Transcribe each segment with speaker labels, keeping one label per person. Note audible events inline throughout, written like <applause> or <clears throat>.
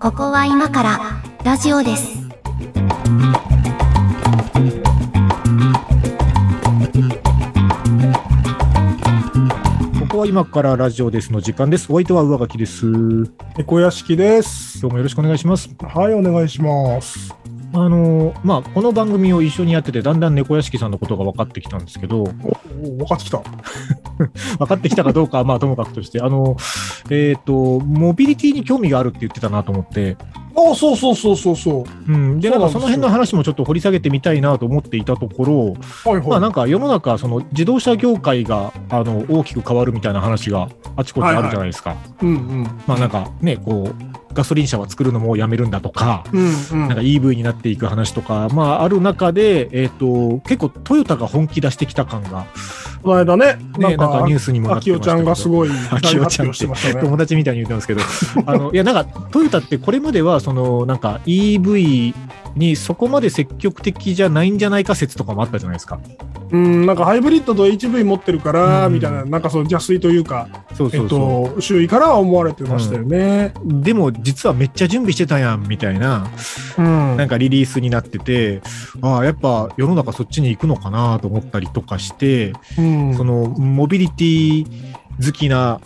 Speaker 1: ここは今からラジオです。
Speaker 2: ここは今からラジオですの時間です。お相手は上書きです。今
Speaker 3: 猫屋敷です。
Speaker 2: 日もよろしくお願いします。
Speaker 3: はい、お願いします。
Speaker 2: あのーまあ、この番組を一緒にやってて、だんだん猫屋敷さんのことが分かってきたんですけど、
Speaker 3: おお、分かってきた。
Speaker 2: 分かってきたかどうかは、まあ、ともかくとして、あのえっ、と、モビリティに興味があるって言ってたなと思って、
Speaker 3: あ、そうそうそうそうそ
Speaker 2: うん。で、なんかそ
Speaker 3: そう
Speaker 2: の
Speaker 3: なんですよ
Speaker 2: 辺の話もちょっと掘り下げてみたいなと思っていたところ、
Speaker 3: う。はいはい。
Speaker 2: まあ、なんか世の中、その自動車業界が、あの、大きく変わるみたいな話があちこちあるじゃないですか。
Speaker 3: うんうん。
Speaker 2: まあ、なんかね、こう、ガソリン車は作るのもやめるんだとか、
Speaker 3: うんうん。
Speaker 2: なんか EV になっていく話とか、まあ、ある中で、えっと結構トヨタが本気出してきた感が、
Speaker 3: この間ね、な
Speaker 2: ね、なんんか
Speaker 3: か
Speaker 2: ニュ、ースにもなっ
Speaker 3: 秋
Speaker 2: て
Speaker 3: 代
Speaker 2: まし
Speaker 3: ち
Speaker 2: た
Speaker 3: ゃ
Speaker 2: け
Speaker 3: ん
Speaker 2: ど
Speaker 3: がすごい大発表してましたね。
Speaker 2: 友達みたいに言ってますけどあのいやなんかトヨタってこれまではそのなんか EV にそこまで積極的じゃないんじゃないか説とかもあったじゃないですか。
Speaker 3: うん、なんかハイブリッドと HV 持ってるか
Speaker 2: う
Speaker 3: ら、
Speaker 2: ん
Speaker 3: みたいな、なんかその邪推というか、
Speaker 2: そう
Speaker 3: え
Speaker 2: そ
Speaker 3: っ
Speaker 2: うそ
Speaker 3: と、周囲からは思われてましたよね。
Speaker 2: う、でも実はめっちゃ準備してたやんみたいな
Speaker 3: うん。
Speaker 2: なんかリリースになっててああやっぱ世の中そっちに行くのかなと思ったりとかして
Speaker 3: うん
Speaker 2: そのモビリティ好きな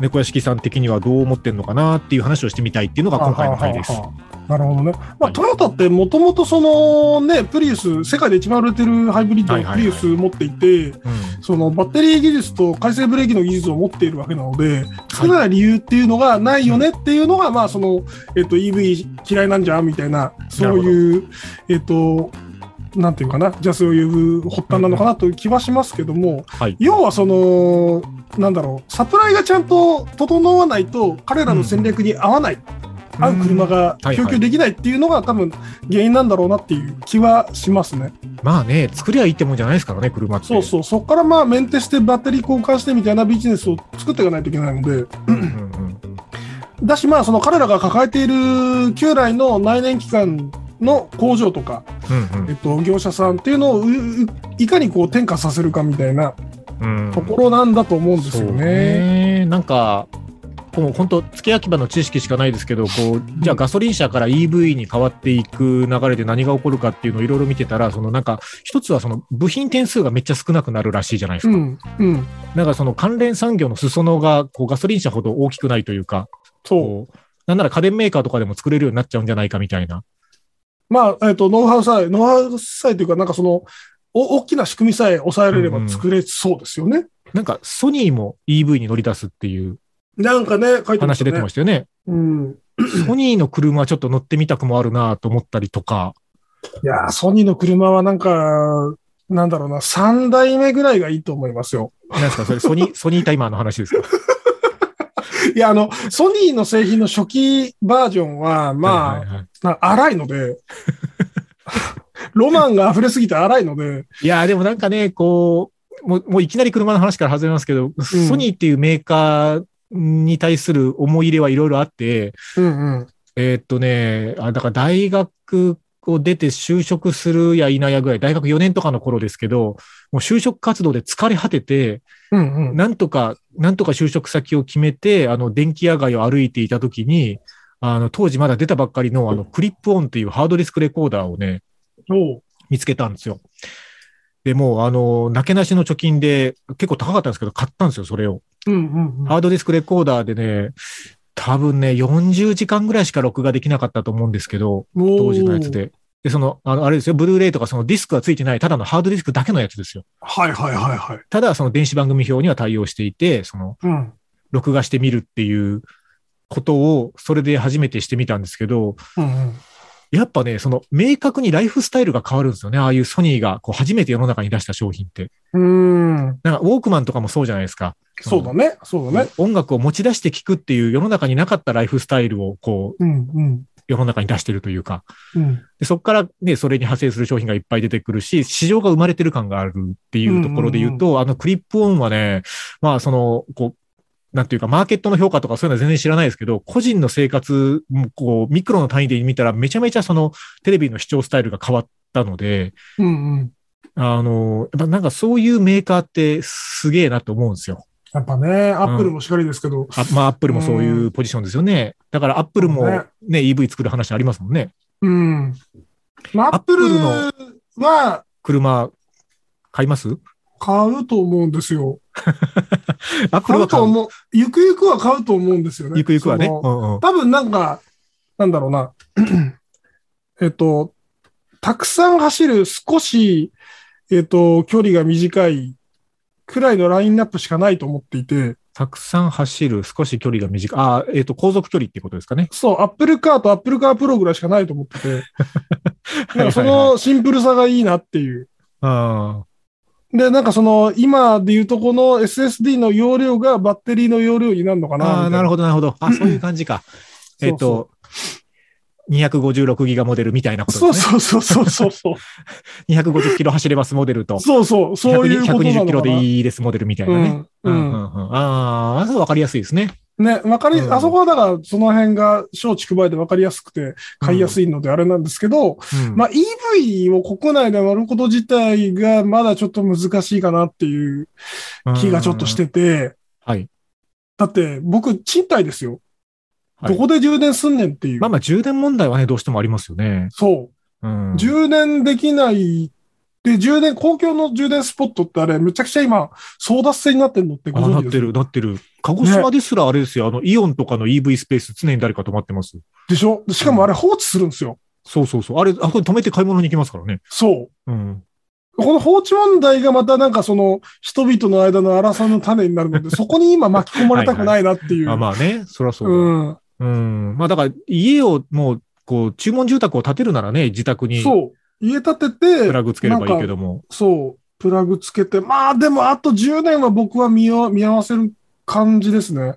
Speaker 2: 猫屋敷さん的にはどう思ってんのかなっていう話をしてみたいっていうのが今回の回です。
Speaker 3: はあはあはあなるほどね。ま
Speaker 2: は
Speaker 3: あ、
Speaker 2: い
Speaker 3: トヨタってもともとそのね、プリウス、世界で一番売れてるハイブリッド
Speaker 2: はい
Speaker 3: の
Speaker 2: はい
Speaker 3: プ
Speaker 2: はい
Speaker 3: リウス持っていて、
Speaker 2: うん
Speaker 3: そのバッテリー技術と回生ブレーキの技術を持っているわけなので、作らない理由っていうのがないよねっていうのが、まあその、えっと、EV 嫌いなんじゃんみたいな、そういう、えっと、なんていうかな、じゃあそういう発端なのかなという気はしますけども、
Speaker 2: はい
Speaker 3: 要はその、なんだろう、サプライがちゃんと整わないと、彼らの戦略に合わない、合う車が
Speaker 2: はいはい
Speaker 3: 供給できないっていうのが、多分原因なんだろうなっていう気はしますね。
Speaker 2: まあね、作りゃいいってもんじゃないですからね、車って。
Speaker 3: そうそう、そこからまあメンテしてバッテリー交換してみたいなビジネスを作っていかないといけないので、
Speaker 2: うんうん
Speaker 3: だしまあその彼らが抱えている旧来の内燃機関の工場とか、
Speaker 2: うん
Speaker 3: えっと、業者さんっていうのをうういかにこう転嫁させるかみたいな
Speaker 2: うんうん
Speaker 3: ところなんだと思うんです
Speaker 2: そう
Speaker 3: よね。
Speaker 2: ね。なんか、こう本当、付け焼き場の知識しかないですけど、こうじゃあガソリン車から EV に変わっていく流れで何が起こるかっていうのをいろいろ見てたら、そのなんか、一つはその部品点数がめっちゃ少なくなるらしいじゃないです
Speaker 3: う
Speaker 2: か。
Speaker 3: ん、うん、
Speaker 2: なんかその関連産業の裾野がこうガソリン車ほど大きくないというか、
Speaker 3: そう。
Speaker 2: こうなんなら家電メーカーとかでも作れるようになっちゃうんじゃないかみたいな。
Speaker 3: まあ、えっと、ノウハウさえ、ノウハウさえというか、なんかその、お大きな仕組みさえ抑えれれば作れそうですよね。
Speaker 2: なんかソニーも EV に乗り出すっていう
Speaker 3: なんかね、書いてま
Speaker 2: 話
Speaker 3: した
Speaker 2: 出
Speaker 3: ね。
Speaker 2: てましたよね。
Speaker 3: うん。
Speaker 2: ソニーの車はちょっと乗ってみたくもあるなと思ったりとか。
Speaker 3: いやー、ソニーの車はなんか、なんだろうな、3代目ぐらいがいいと思いますよ。
Speaker 2: なんですかそれソ
Speaker 3: <laughs>
Speaker 2: ニー、ソニータイマーの話ですか
Speaker 3: いや、あの、ソニーの製品の初期バージョンは、まあ、
Speaker 2: はいはいはい
Speaker 3: な荒いので、 <laughs> ロマンが溢れすぎて荒いので、
Speaker 2: いや、でもなんかね、こう、もう、もういきなり車の話から外れますけど、ソニーっていうメーカーに対する思い入れはいろいろあって、
Speaker 3: うんうん。
Speaker 2: えーっとね、あ、だから大学を出て就職するや否やぐらい、大学4年とかの頃ですけど、もう就職活動で疲れ果てて、
Speaker 3: うんうん。
Speaker 2: なんとか、なんとか就職先を決めて、あの、電気屋街を歩いていたときに、あの、当時まだ出たばっかりの、あの、クリップオンっていうハードディスクレコーダーをね、
Speaker 3: そう。
Speaker 2: 見つけたんですよ。で、もう、あの、なけなしの貯金で、結構高かったんですけど、買ったんですよ、それを。
Speaker 3: うんうんうん。
Speaker 2: ハードディスクレコーダーでね、多分ね、40時間ぐらいしか録画できなかったと思うんですけど、
Speaker 3: もう
Speaker 2: 当時のやつ。で。で、その、あのあれですよ、ブルーレイとかそのディスクがついてない、ただのハードディスクだけのやつですよ。
Speaker 3: はいはいはいはい。
Speaker 2: ただ、その電子番組表には対応していて、その、
Speaker 3: うん。
Speaker 2: 録画してみるっていうことを、それで初めてしてみたんですけど、
Speaker 3: うんうん。
Speaker 2: やっぱね、その、明確にライフスタイルが変わるんですよね。ああいうソニーが、こう、初めて世の中に出した商品って。
Speaker 3: うん。
Speaker 2: なんか、ウォークマンとかもそうじゃないですか。
Speaker 3: そうだね。そうだね。
Speaker 2: 音楽を持ち出して聴くっていう世の中になかったライフスタイルを、こう、
Speaker 3: うんうん。
Speaker 2: 世の中に出してるというか。
Speaker 3: うん。
Speaker 2: でそこからね、それに派生する商品がいっぱい出てくるし、市場が生まれてる感があるっていうところで言うと、あのクリップオンはね、まあその、こう、なんていうか、マーケットの評価とかそういうのは全然知らないですけど、個人の生活、もこう、ミクロの単位で見たらめちゃめちゃそのテレビの視聴スタイルが変わったので、
Speaker 3: うんうん。
Speaker 2: あの、やっぱなんかそういうメーカーってすげえなと思うんですよ。
Speaker 3: やっぱね、アップルもしかりですけど、
Speaker 2: あまあ、アップルもそういうポジションですよね。だから、アップルも
Speaker 3: ね
Speaker 2: ね、EV 作る話ありますもんね。
Speaker 3: うん。まあ、アップル
Speaker 2: Apple
Speaker 3: は
Speaker 2: 車、買います
Speaker 3: 買うと思うんですよ。
Speaker 2: アップ
Speaker 3: 買
Speaker 2: ル
Speaker 3: う
Speaker 2: は買
Speaker 3: と
Speaker 2: う。
Speaker 3: 思う。ゆくゆくは買うと思うんですよね。
Speaker 2: ゆくゆくはね。
Speaker 3: そうの
Speaker 2: んうん。
Speaker 3: 多分なんか、なんだろうな。 <clears throat> えっと、たくさん走る少し、えっと、距離が短いくらいのラインナップしかないと思っていて、
Speaker 2: たくさん走る、少し距離が短い。あーえっ、と、航続距離ってことですかね。
Speaker 3: そう、アップルカーとアップルカープロぐらいしかないと思ってて、
Speaker 2: <laughs>
Speaker 3: なんかそ
Speaker 2: はいはいはい
Speaker 3: のシンプルさがいいなっていう。
Speaker 2: あ
Speaker 3: で、なんかその、今でいうとこの SSD の容量がバッテリーの容量になるのか
Speaker 2: ー
Speaker 3: な
Speaker 2: あー、なる
Speaker 3: ほ
Speaker 2: ほど、なるほど。あ、そういう感じか。えっと、256ギガモデルみたいなこと
Speaker 3: そ
Speaker 2: で
Speaker 3: う
Speaker 2: すね。
Speaker 3: そうそうそうそ
Speaker 2: <laughs>
Speaker 3: うそう。
Speaker 2: 250キロ走れますモデルと、
Speaker 3: そうそう、そういうことなのかな。
Speaker 2: 120キロでいいですモデルみたいなね。
Speaker 3: う。
Speaker 2: うん
Speaker 3: うん
Speaker 2: んうんうん、ああ、そうわかりやすいですね。
Speaker 3: ね、わかり、
Speaker 2: うん
Speaker 3: あそこはだから、その辺が松竹梅でわかりやすくて、買いやすいのであれなんですけど、
Speaker 2: うん
Speaker 3: まあ EV を国内で割ること自体がまだちょっと難しいかなっていう気がちょっとし。
Speaker 2: うん
Speaker 3: てて、
Speaker 2: はい。
Speaker 3: だって僕、賃貸ですよ。
Speaker 2: はい
Speaker 3: どこで充電すんねんっていう。
Speaker 2: まあまあ、充電問題はね、どうしてもありますよね。
Speaker 3: そうう。
Speaker 2: ん。
Speaker 3: 充電できない。で、充電、公共の充電スポットってあれ、めちゃくちゃ今、争奪戦になってるのってご
Speaker 2: あ、な
Speaker 3: 存
Speaker 2: っ
Speaker 3: 知です
Speaker 2: てる、なってる。鹿児島ですらあれですよ、あの、イオンとかの EV スペース常に誰か止まってます。
Speaker 3: でしょしかもあれ放置するんですよ。
Speaker 2: そうそうそう。あれ、あ、これ止めて買い物に行きますからね。
Speaker 3: そう。
Speaker 2: うん。
Speaker 3: この放置問題がまたなんかその人々の間の争いの種にな
Speaker 2: <laughs>
Speaker 3: るので、そこに今巻き込まれたくないなっていう。
Speaker 2: あまあね、そりゃそうだ。
Speaker 3: うん。
Speaker 2: うん。まあだから、家をもう、こう、注文住宅を建てるならね、自宅に
Speaker 3: そう。家建
Speaker 2: プ
Speaker 3: てて、
Speaker 2: ラグつければいいけども。
Speaker 3: そう。プラグつけて、まあでもあと10年は僕は見よ見合わせる感じですね。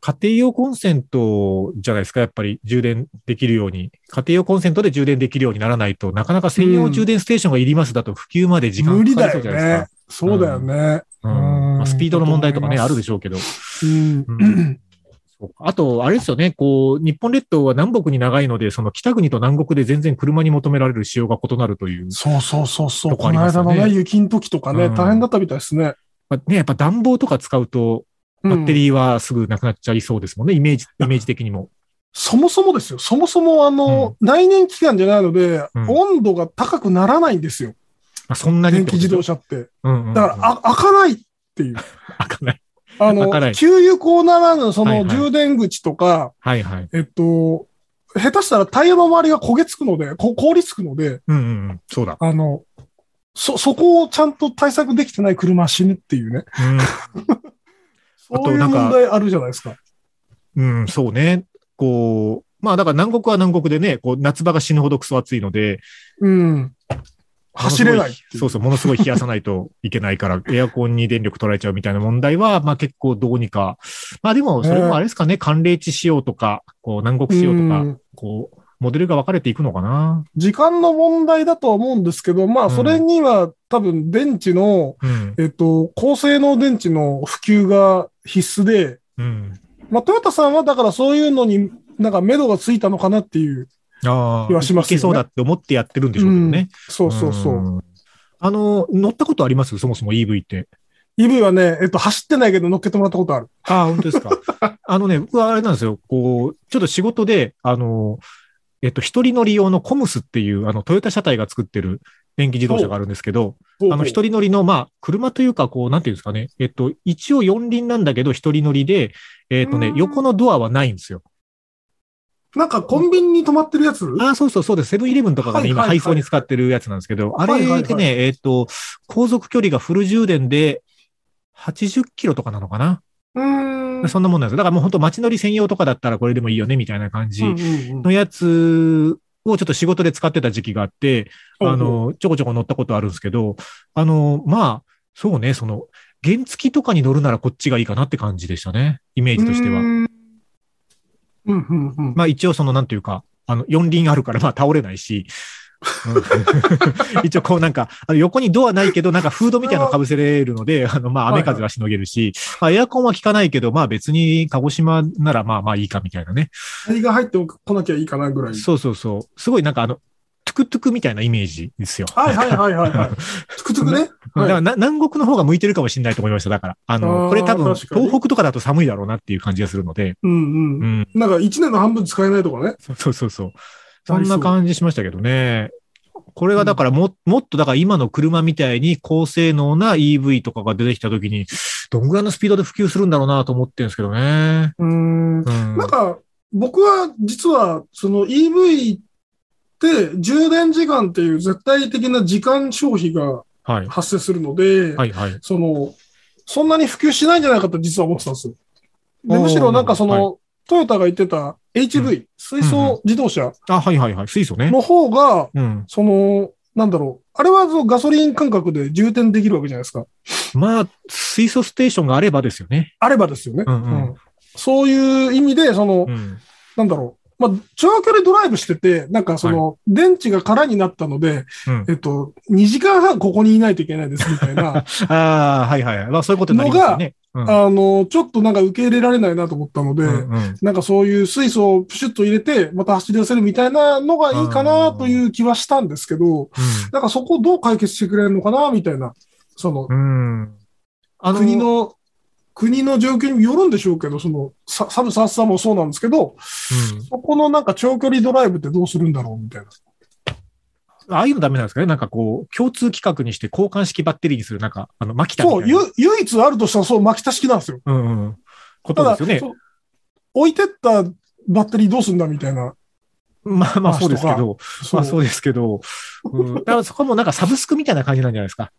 Speaker 2: 家庭用コンセントじゃないですか、やっぱり充電できるように。家庭用コンセントで充電できるようにならないとなかなか専用充電ステーションがいりますだと普及まで時間
Speaker 3: 無理
Speaker 2: かかり
Speaker 3: だ
Speaker 2: そう
Speaker 3: よ
Speaker 2: じゃないです
Speaker 3: ね
Speaker 2: か。。
Speaker 3: そうだよね。
Speaker 2: う
Speaker 3: うん
Speaker 2: んまあスピードの問題とかね、
Speaker 3: だ
Speaker 2: あ
Speaker 3: と思い
Speaker 2: るで
Speaker 3: ます
Speaker 2: しょうけど。
Speaker 3: うん。
Speaker 2: うんそうかあと、あれですよね、こう、日本列島は南北に長いので、その北国と南国で全然車に求められる仕様が異なるという。
Speaker 3: そうそうそうそう。
Speaker 2: とこ
Speaker 3: こ
Speaker 2: あり
Speaker 3: の
Speaker 2: ます
Speaker 3: 間
Speaker 2: よね
Speaker 3: のね、雪の時とかね、
Speaker 2: うん
Speaker 3: 大変だったみたいですね。
Speaker 2: まあね、やっぱ暖房とか使うと、
Speaker 3: うん
Speaker 2: バッテリーはすぐなくなっちゃいそうですもんね、イメージ、イメージ的にも。
Speaker 3: そもそもですよ。そもそもあの、内燃機関じゃないので、
Speaker 2: うん
Speaker 3: 温度が高くならないんですよ。
Speaker 2: まあ、そんなにっ
Speaker 3: 電
Speaker 2: て
Speaker 3: 気
Speaker 2: ことで
Speaker 3: 自
Speaker 2: しょ。
Speaker 3: 動車って。
Speaker 2: うんうんうん
Speaker 3: だから、あ、開かないっていう。
Speaker 2: 開かない。
Speaker 3: あ
Speaker 2: 開かな
Speaker 3: の、
Speaker 2: い
Speaker 3: 給油口ならぬ、そ
Speaker 2: はい
Speaker 3: の
Speaker 2: はい
Speaker 3: 充電口とか、
Speaker 2: はいはい。
Speaker 3: えっと、下手したらタイヤの周りが焦げつくので、こ凍りつくので、
Speaker 2: うんうんうん、そうだ。
Speaker 3: あの、そ、そこをちゃんと対策できてない車は死ぬっていうね。
Speaker 2: と
Speaker 3: <laughs> そういう
Speaker 2: なんか
Speaker 3: 問題あるじゃないですか。
Speaker 2: うん、うん、そうね。こう、まあだから南国は南国でね、こう夏場が死ぬほどクソ暑いので、
Speaker 3: うん。走れないっていう。
Speaker 2: そうそう、ものすごい冷やさないといけない
Speaker 3: <laughs>
Speaker 2: から、エアコンに電力取られちゃうみたいな問題は、まあ結構どうにか。まあでも、それもあれですかね、寒冷地仕様とか、こう南国仕様と
Speaker 3: う
Speaker 2: か、
Speaker 3: ん
Speaker 2: こう、モデルが分かれていくのかな。
Speaker 3: 時間の問題だとは思うんですけど、まあ、それには多分電池の、
Speaker 2: うん。
Speaker 3: えっと、高性能電池の普及が必須で、
Speaker 2: うん。
Speaker 3: まあ、トヨタさんはだからそういうのに、なんか目処がついたのかなっていう。
Speaker 2: あ
Speaker 3: 気は
Speaker 2: あ、
Speaker 3: しますよ
Speaker 2: いけ
Speaker 3: ね
Speaker 2: そうだって思ってやってるんでしょうけどね。
Speaker 3: そうそうそう。
Speaker 2: ん。あの、乗ったことありますそもそも EV って。
Speaker 3: EV はね、えっと、走ってないけど乗っけてもらったことある。
Speaker 2: ああ、本当ですか。 <laughs> あのね、僕はあれなんですよ。こう、ちょっと仕事で、あの、えっと、一人乗り用のコムスっていう、あの、トヨタ車体が作ってる電気自動車があるんですけど、あの、一人乗りの、まあ、車というか、こう、なんていうんですかね。えっと、一応四輪なんだけど、一人乗りで、えっと
Speaker 3: う
Speaker 2: ね
Speaker 3: ん、
Speaker 2: 横のドアはないんですよ。
Speaker 3: なんかコンビニに止まってるやつ
Speaker 2: ああ、そうそう、そうです。セブンイレブンとかがね、今
Speaker 3: はいはいはい
Speaker 2: 配送に使ってるやつなんですけど、あれ
Speaker 3: はい
Speaker 2: で
Speaker 3: はいは
Speaker 2: ね、えっと、航続距離がフル充電で、80キロとかなのかな
Speaker 3: うーん。
Speaker 2: そんなもんなんですよ。だからもう本当街乗り専用とかだったらこれでもいいよね、みたいな感じ
Speaker 3: うんうんうん
Speaker 2: のやつをちょっと仕事で使ってた時期があって、あ、の、ちょこちょこ乗ったことあるんですけど、あの、まあ、そうね、その、原付とかに乗るならこっちがいいかなって感じでしたね。イメージとして
Speaker 3: う
Speaker 2: は。
Speaker 3: んうんうんうん。
Speaker 2: まあ一応その、なんていうか、あの、四輪あるから、まあ倒れないし、うん <laughs> 一応こうなんか、あの横にドアないけど、なんかフードみたいなのかぶせれるので、あの、まあ雨風はしのげるし、まあエアコンは効かないけど、まあ別に鹿児島ならまあまあいいかみたいなね。
Speaker 3: タイが入ってこなきゃいいかなぐらい。
Speaker 2: そうそうそう。すごいなんかあの、トゥクトゥクみたいなイメージですよ。
Speaker 3: はいはいはいはいはい。 <laughs> つくつくね。
Speaker 2: だ
Speaker 3: はい
Speaker 2: からな南国の方が向いてるかもしれないと思いました。だから、あの、
Speaker 3: あー
Speaker 2: これ多分、
Speaker 3: 確かに
Speaker 2: 東北とかだと寒いだろうなっていう感じがするので、
Speaker 3: うんう。
Speaker 2: うんん、
Speaker 3: なんか一年の半分使えないとかね。
Speaker 2: そうそうそうそう。そんな感じしましたけどね。これがだからも、もっとだから今の車みたいに高性能な EV とかが出てきた時に、どんぐらいのスピードで普及するんだろうなと思ってるんですけどね。
Speaker 3: うーん。
Speaker 2: うん。
Speaker 3: なんか、僕は実は、その EV って充電時間っていう絶対的な時間消費が
Speaker 2: はい。
Speaker 3: 発生するので、
Speaker 2: はいはい。
Speaker 3: その、そんなに普及しないんじゃないかと実は思ってたんですよ。で
Speaker 2: おー
Speaker 3: むしろなんかその、トヨタが言ってた HV、水素自動車
Speaker 2: あ、はいはいはい。水素ね。
Speaker 3: の方が、
Speaker 2: うん。
Speaker 3: その、なんだろう。あれはそのガソリン感覚で充填できるわけじゃないですか。
Speaker 2: まあ、水素ステーションがあればですよね。
Speaker 3: あればですよね。
Speaker 2: うんうん
Speaker 3: そういう意味で、そ
Speaker 2: う
Speaker 3: の、
Speaker 2: ん。
Speaker 3: なんだろう。まあ、長距離ドライブしてて、なんかその、電池が空になったので、
Speaker 2: うん
Speaker 3: えっと、2時間半ここにいないといけないですみたいな、
Speaker 2: ああ、はいはい。まあ、そういうことになりますよね。 <laughs> うん
Speaker 3: あの、ちょっとなんか受け入れられないなと思ったので、
Speaker 2: うんうん
Speaker 3: なんかそういう水素をプシュッと入れて、また走り出せるみたいなのがいいかなという気はしたんですけど、なんかそこをどう解決してくれるのかなみたいな、その
Speaker 2: う、ん。あの、
Speaker 3: 国の、国の状況によるんでしょうけど、その、さ寒さ暑さもそうなんですけど、そこのなんか長距離ドライブってどうするんだろうみたいな。
Speaker 2: うん、ああいうのダメなんですかねなんかこう、共通規格にして交換式バッテリーにする、なんか、あの、マキタみたい
Speaker 3: そ
Speaker 2: な。
Speaker 3: う、ゆ唯一あるとしたらそう、巻き足式なんですよ。
Speaker 2: うんうん。ことで
Speaker 3: ただ、
Speaker 2: すよね
Speaker 3: そ。う置いてったバッテリーどうすんだみたいな。
Speaker 2: まあまあそうですけど、
Speaker 3: そ
Speaker 2: ま
Speaker 3: う
Speaker 2: あそうですけど、うん、だからそこもなんかサブスクみたいな感じなんじゃないですか。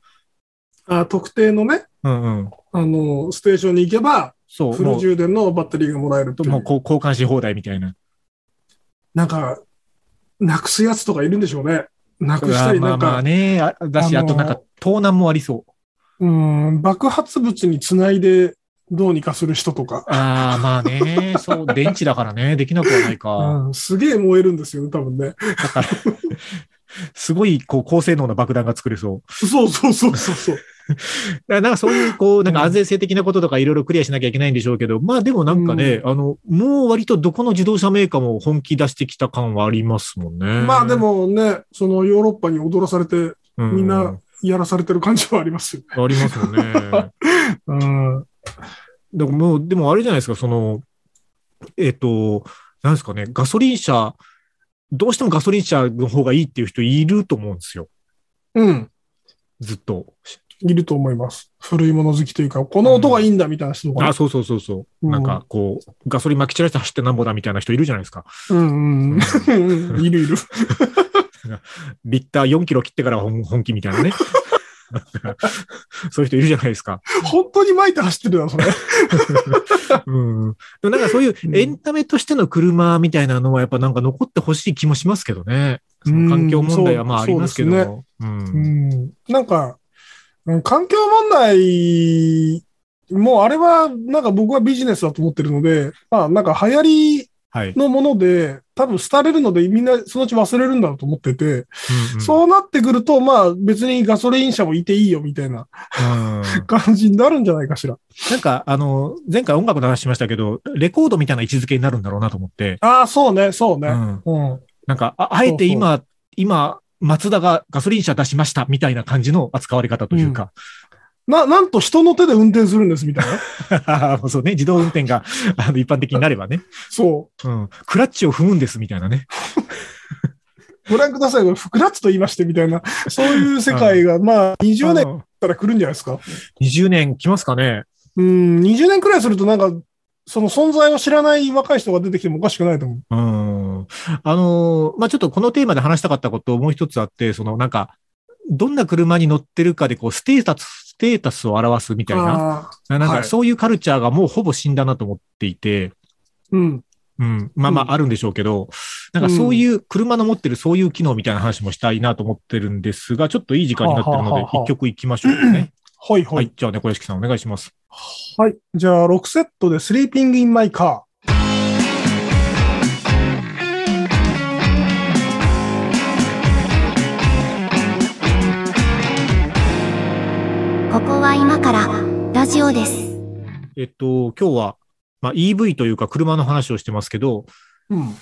Speaker 3: あ特定のね、
Speaker 2: うんうん。
Speaker 3: あの、ステーションに行けば、
Speaker 2: そう、
Speaker 3: フ
Speaker 2: も
Speaker 3: ル
Speaker 2: う、
Speaker 3: 充電のバッテリーがもらえるっていう
Speaker 2: もうこう交換し放題みたいな。
Speaker 3: なんか、なくすやつとかいるんでしょうね。なくしたり、
Speaker 2: ま
Speaker 3: な
Speaker 2: あ
Speaker 3: ん
Speaker 2: まあ
Speaker 3: か、
Speaker 2: ね、あだし、
Speaker 3: あ
Speaker 2: あ
Speaker 3: の
Speaker 2: となんか盗難もありそう。
Speaker 3: うん、爆発物につないでどうにかする人とか。
Speaker 2: ああ、まあね、そう、電池だからね、できなくはないか。
Speaker 3: うん、すげえ燃えるんですよね、多分ね。
Speaker 2: だから、すごい、こう、高性能な爆弾が作れそう。
Speaker 3: そうそうそうそ
Speaker 2: <laughs>
Speaker 3: うそう。
Speaker 2: だからなんかそういう、こう、なんか安全性的なこととかいろいろクリアしなきゃいけないんでしょうけど、まあでもなんかね、あの、もう割とどこの自動車メーカーも本気出してきた感はありますもんね。
Speaker 3: まあで、もね、そのヨーロッパに踊らされて、みんなやらされてる感じはありますよね。
Speaker 2: ありますよ
Speaker 3: <laughs>
Speaker 2: ね。
Speaker 3: うん。
Speaker 2: だからもう、でもあれじゃないですか、その、えっ、と、なんですかね、ガソリン車、どうしてもガソリン車の方がいいっていう人いると思うんですよ。
Speaker 3: うん。
Speaker 2: ずっと。
Speaker 3: いると思います。古いもの好きというか、この音がいいんだみたいな人とか
Speaker 2: あ、
Speaker 3: ね。
Speaker 2: そうそうそうそう。
Speaker 3: うん
Speaker 2: なんか、こう、ガソリンまき散らして走ってなんぼだみたいな人いるじゃないですか。
Speaker 3: うんうんうん。いるいる。
Speaker 2: リッター4キロ切ってから本本気みたいなね。 <laughs> そういう人いるじゃないですか。
Speaker 3: 本当に巻いて走ってるな、それ。
Speaker 2: うん。でもなんかそういうエンタメとしての車みたいなのはやっぱなんか残ってほしい気もしますけどね。その環境問題はまあありますけど
Speaker 3: うん
Speaker 2: も。うん
Speaker 3: うんなんか、うん環境問題、もうあれは、なんか僕はビジネスだと思ってるので、まあなんか流行り
Speaker 2: はい。
Speaker 3: のもので、多分廃れるのでみんなそのうち忘れるんだろうと思ってて、
Speaker 2: う。
Speaker 3: そうなってくると、まあ別にガソリン車もいていいよみたいなん
Speaker 2: うん
Speaker 3: 感じになるんじゃないかしら。
Speaker 2: なんか、あの、前回音楽の話しましたけど、レコードみたいな位置づけになるんだろうなと思って。
Speaker 3: ああ、そうね、そう
Speaker 2: う
Speaker 3: ね。
Speaker 2: ん。
Speaker 3: うん。
Speaker 2: なんか、ああえて今、今、松田がガソリン車出しましたみたいな感じの扱われ方というか。
Speaker 3: な、なんと人の手で運転するんですみたいな。
Speaker 2: <laughs> そうね、自動運転があの一般的になればね。
Speaker 3: そ
Speaker 2: うん。クラッチを踏むんですみたいなね。
Speaker 3: う。 <laughs> ご覧ください、これ、ふくらつと言いましてみたいな、そういう世界が、まあ20年
Speaker 2: あの
Speaker 3: から来るんじゃないですか。
Speaker 2: 20年来ますかね。
Speaker 3: うん、20年くらいするとなんか、その存在を知らない若い人が出てきてもおかしくないと思う。
Speaker 2: うん。あの、まあ、ちょっとこのテーマで話したかったこともう一つあって、そのなんか、どんな車に乗ってるかで、こう、ステータス、ステータスを表すみたいな。
Speaker 3: ああ、
Speaker 2: なん
Speaker 3: は
Speaker 2: か
Speaker 3: い
Speaker 2: そういうカルチャーがもうほぼ死んだなと思っていて、
Speaker 3: うん。
Speaker 2: うん、まあま
Speaker 3: うん
Speaker 2: ああるんでしょうけど、なんかそういう車の持ってるそういう機能みたいな話もしたいなと思ってるんですが、ちょっといい時間になってるの
Speaker 3: はあ
Speaker 2: で
Speaker 3: はあはあ、
Speaker 2: 一曲いきましょうかね。
Speaker 3: はいは
Speaker 2: はいい。。じゃあ、猫屋敷さんお願いします。
Speaker 3: はい。じゃあ、6セットでスリーピングインマイカ
Speaker 1: ここは今からラジオです。
Speaker 2: えっと、今日は、まあ、EV というか車の話をしてますけど、
Speaker 3: ー。うん。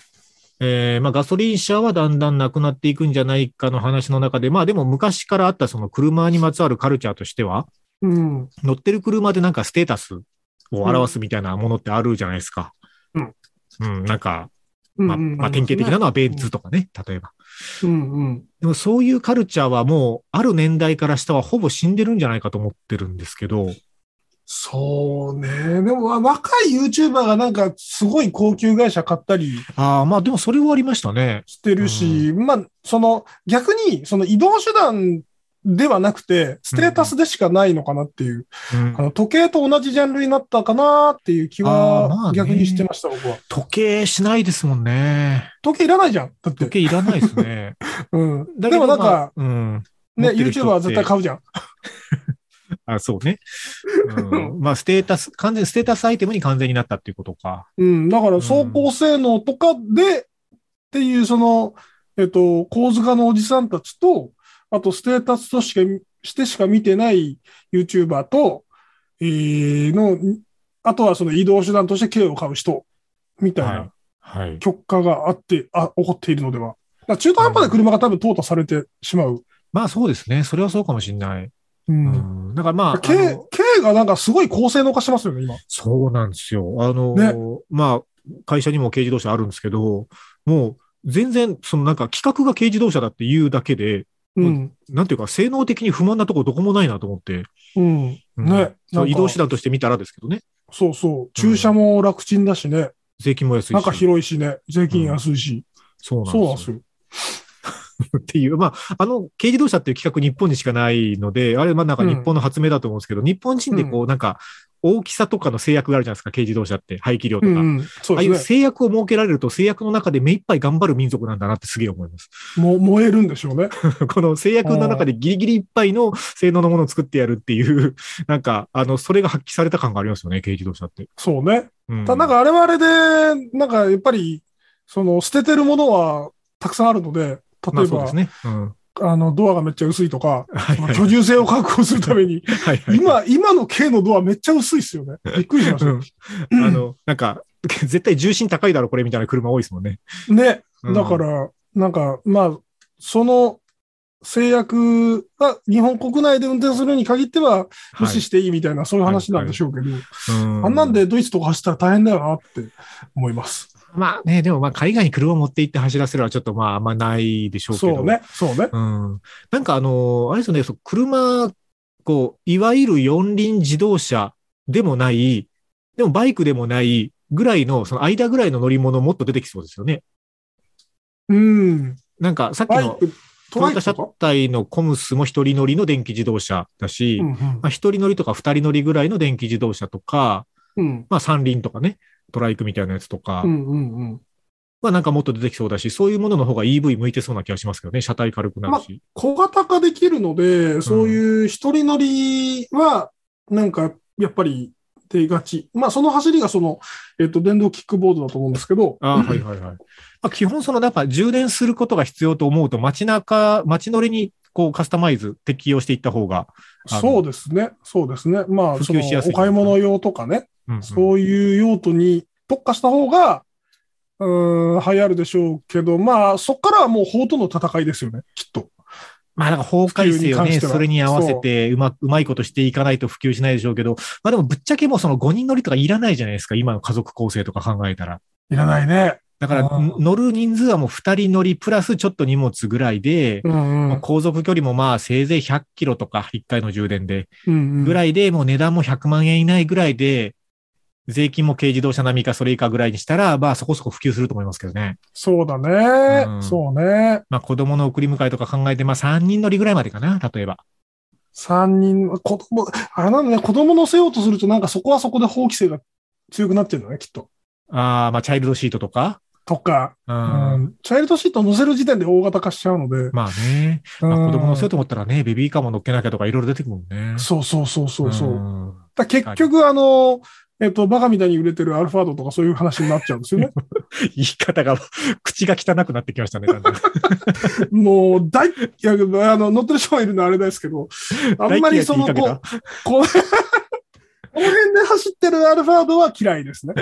Speaker 2: えーまあ、ガソリン車はだんだんなくなっていくんじゃないかの話の中で、まあでも昔からあったその車にまつわるカルチャーとしては、
Speaker 3: うん。
Speaker 2: 乗ってる車でなんかステータスを表すみたいなものってあるじゃないですか。
Speaker 3: うん。
Speaker 2: うん、なんか、
Speaker 3: うん
Speaker 2: まあ、まあ、典型的なのはベンツ
Speaker 3: と。
Speaker 2: とかね、例えば。
Speaker 3: うんうん。
Speaker 2: でもそういうカルチャーはもう、ある年代から下はほぼ死んでるんじゃないかと思ってるんですけど、
Speaker 3: そうね。でも、若い YouTuber がなんか、すごい高級会社買ったり
Speaker 2: ああ、まあでもそれはありましたね。
Speaker 3: してるし、まあ、その、逆に、その移動手段ではなくて、ステータスでしかないのかなっていう、
Speaker 2: うん
Speaker 3: あの時計と同じジャンルになったかなっていう気
Speaker 2: あーまあ
Speaker 3: は、
Speaker 2: ね
Speaker 3: 逆にしてました、僕は。
Speaker 2: 時計しないですもんね。
Speaker 3: 時計いらないじゃん。だっ
Speaker 2: 時
Speaker 3: て。
Speaker 2: 計いらないですね。
Speaker 3: うん。
Speaker 2: だ
Speaker 3: <laughs> でもなんか、
Speaker 2: けどまあうん。
Speaker 3: ね、
Speaker 2: 持ってる人
Speaker 3: YouTuber は絶対買うじゃん。
Speaker 2: あ、そうね。
Speaker 3: <laughs>
Speaker 2: うん、まあ、ステータス、完全、ステータスアイテムに完全になったっていうことか。
Speaker 3: うん、だから走行性能とかで、っていうその、えっと、構図家のおじさんたちと、あとステータスとしか、してしか見てない YouTuber と、えーの、あとはその移動手段として軽を買う人、みたい
Speaker 2: は。
Speaker 3: ない
Speaker 2: はい。
Speaker 3: 極化があって、あ、起こっているのでは。だから中途半端な車が多分淘汰されてしまう。
Speaker 2: まあ、そうですね。それはそうかもしれない。
Speaker 3: う。
Speaker 2: うんん。だからまあ、あ
Speaker 3: 軽
Speaker 2: の、
Speaker 3: 軽がなんかすごい高性能化してますよね、今。
Speaker 2: そうなんですよ。あの、
Speaker 3: ね
Speaker 2: まあ、会社にも軽自動車あるんですけど、もう、全然、そのなんか、規格が軽自動車だっていうだけで、
Speaker 3: うん。
Speaker 2: なんていうか、性能的に不満なとこどこもないなと思って。
Speaker 3: うん。
Speaker 2: うん
Speaker 3: ね。
Speaker 2: そ
Speaker 3: なん
Speaker 2: う
Speaker 3: か
Speaker 2: 移動手段として見たらですけどね。
Speaker 3: そうそう。駐車も楽ちんだしね。
Speaker 2: 税金も安いし。
Speaker 3: 中広いしね、税金安いし、
Speaker 2: そうなん
Speaker 3: そうなん
Speaker 2: で
Speaker 3: ですす
Speaker 2: よ。
Speaker 3: よ。
Speaker 2: っていう、まあ、あの、軽自動車っていう企画日本にしかないので、あれ、まあなんか日本の発明だと思うんですけど、日本人でこう、なんか、大きさとかの制約があるじゃないですか、軽自動車って、排気量と
Speaker 3: う
Speaker 2: か。
Speaker 3: んうん、そ
Speaker 2: ああいうう
Speaker 3: です
Speaker 2: 制約を設けられると、制約の中で目いっぱい頑張る民族なんだなってすげえ思います。 <laughs>
Speaker 3: ね。も燃えるんでしょうね。
Speaker 2: この制約の中でギリギリいっぱいの性能のものを作ってやるっていう、 <laughs> なんか、あの、それが発揮された感がありますよね、軽自動車って。
Speaker 3: そうね。
Speaker 2: う
Speaker 3: ただなん、かあれはあれで、なんかやっぱり、その捨ててるものはたくさんあるので、
Speaker 2: ま
Speaker 3: 例
Speaker 2: あ
Speaker 3: え
Speaker 2: そう
Speaker 3: ば、
Speaker 2: です
Speaker 3: あ
Speaker 2: ね。うん。
Speaker 3: の、ドアがめっちゃ薄いとか、
Speaker 2: はい
Speaker 3: <laughs> ま
Speaker 2: は
Speaker 3: あ
Speaker 2: い
Speaker 3: 居住性を確保するために、
Speaker 2: はいはい。
Speaker 3: 今、今の K のドアめっちゃ薄いっすよね。びっくりしました。
Speaker 2: うん <laughs> あの、なんか、絶対重心高いだろ、これみたいな車多いですもんね。
Speaker 3: ね。
Speaker 2: うん
Speaker 3: だから、なんか、まあ、その制約が日本国内で運転するに限っては無視していいみたいな、そういう話なんでしょうけど、あ
Speaker 2: あ
Speaker 3: んなんでドイツとか走ったら大変だよなって思います。
Speaker 2: まあね、でもまあ海外に車を持って行って走らせるのはちょっとまああんまないでしょうけど。
Speaker 3: そう。ね。そうね。
Speaker 2: うん。なんかあの、あれですよね、そう車、こう、いわゆる四輪自動車でもない、でもバイクでもないぐらいの、その間ぐらいの乗り物もっと出てきそうですよね。
Speaker 3: うん。
Speaker 2: なんかさっき
Speaker 3: バイ
Speaker 2: の
Speaker 3: ク、
Speaker 2: ト
Speaker 3: ト
Speaker 2: ヨ
Speaker 3: ラ
Speaker 2: タ
Speaker 3: イク
Speaker 2: 車
Speaker 3: とか
Speaker 2: 体のコムスも一人乗りの電気自動車だし、
Speaker 3: うん
Speaker 2: まあ一人乗りとか二人乗りぐらいの電気自動車とか、
Speaker 3: うん。
Speaker 2: まあ三輪とかね、トライクみたいなやつとか、
Speaker 3: うんうんうん。
Speaker 2: まあなんかもっと出てきそうだし、そういうものの方が EV 向いてそうな気がしますけどね、車体軽くなるし。
Speaker 3: 小型化できるので、そういう一人乗りは、なんか、やっぱり出がち。まあ、その走りがその、えっと、電動キックボードだと思うんですけど、
Speaker 2: ああ、はいはいはい。まあ、基本その、やっぱ充電することが必要と思うと、街中、街乗りにこうカスタマイズ、適用していった方が、あの
Speaker 3: そうですね。そうですね。まあ、
Speaker 2: 普
Speaker 3: そ
Speaker 2: 及
Speaker 3: の、
Speaker 2: しやすい
Speaker 3: お買い物用とかね、
Speaker 2: うんうん
Speaker 3: そういう用途に特化した方が、うーん、流行るでしょうけど、まあ、そこからはもう法との戦いですよね、きっと。
Speaker 2: まあなんか法改正を
Speaker 3: 普及に関
Speaker 2: ね、
Speaker 3: しては
Speaker 2: それに合わせてうま、うまいことしていかないと普及しないでしょうけど、まあでもぶっちゃけもうその5人乗りとかいらないじゃないですか、今の家族構成とか考えたら。
Speaker 3: いらないね。
Speaker 2: だから
Speaker 3: あー
Speaker 2: 乗る人数はもう2人乗りプラスちょっと荷物ぐらいで、
Speaker 3: うんうん。
Speaker 2: 航続距離もまあせいぜい100キロとか1回の充電で、ぐ
Speaker 3: ぐ
Speaker 2: ら
Speaker 3: い。
Speaker 2: いで、もう値段も100万円以内ぐらいで、税金も軽自動車並みかそれ以下ぐらいにしたら、まあそこそこ普及すると思いますけどね。
Speaker 3: そうだ
Speaker 2: う
Speaker 3: ね
Speaker 2: ん。
Speaker 3: そうね。
Speaker 2: まあ子供の送り迎えとか考えて、まあ3人乗りぐらいまでかな、例えば。
Speaker 3: 三人、子供、あれなのね、子供乗せようとすると、なんかそこはそこで法規制が強くなってるんだね、きっと。
Speaker 2: ああ、まあチャイルドシートとか。
Speaker 3: とか、
Speaker 2: う。
Speaker 3: うんんチャイルドシート乗せる時点で大型化しちゃうので。
Speaker 2: まあね、まあ
Speaker 3: うん
Speaker 2: 子供乗せようと思ったらね、ベビーカーも乗っけなきゃとかいろいろ出てくるもんね。
Speaker 3: そうそうそうそうそう。
Speaker 2: ん
Speaker 3: だから結局、あの、えっと、バカみたいに売れてるアルファードとかそういう話になっちゃうんですよね。
Speaker 2: 言い方が、 <laughs> 口が汚くなってきましたね、だんだん
Speaker 3: もう、大、いや、あの、乗ってる人がいるのはあれですけど、あんまりその、
Speaker 2: 大
Speaker 3: こ
Speaker 2: 嫌いっ
Speaker 3: う、こう <laughs> この辺で走ってるアルファードは嫌いですね。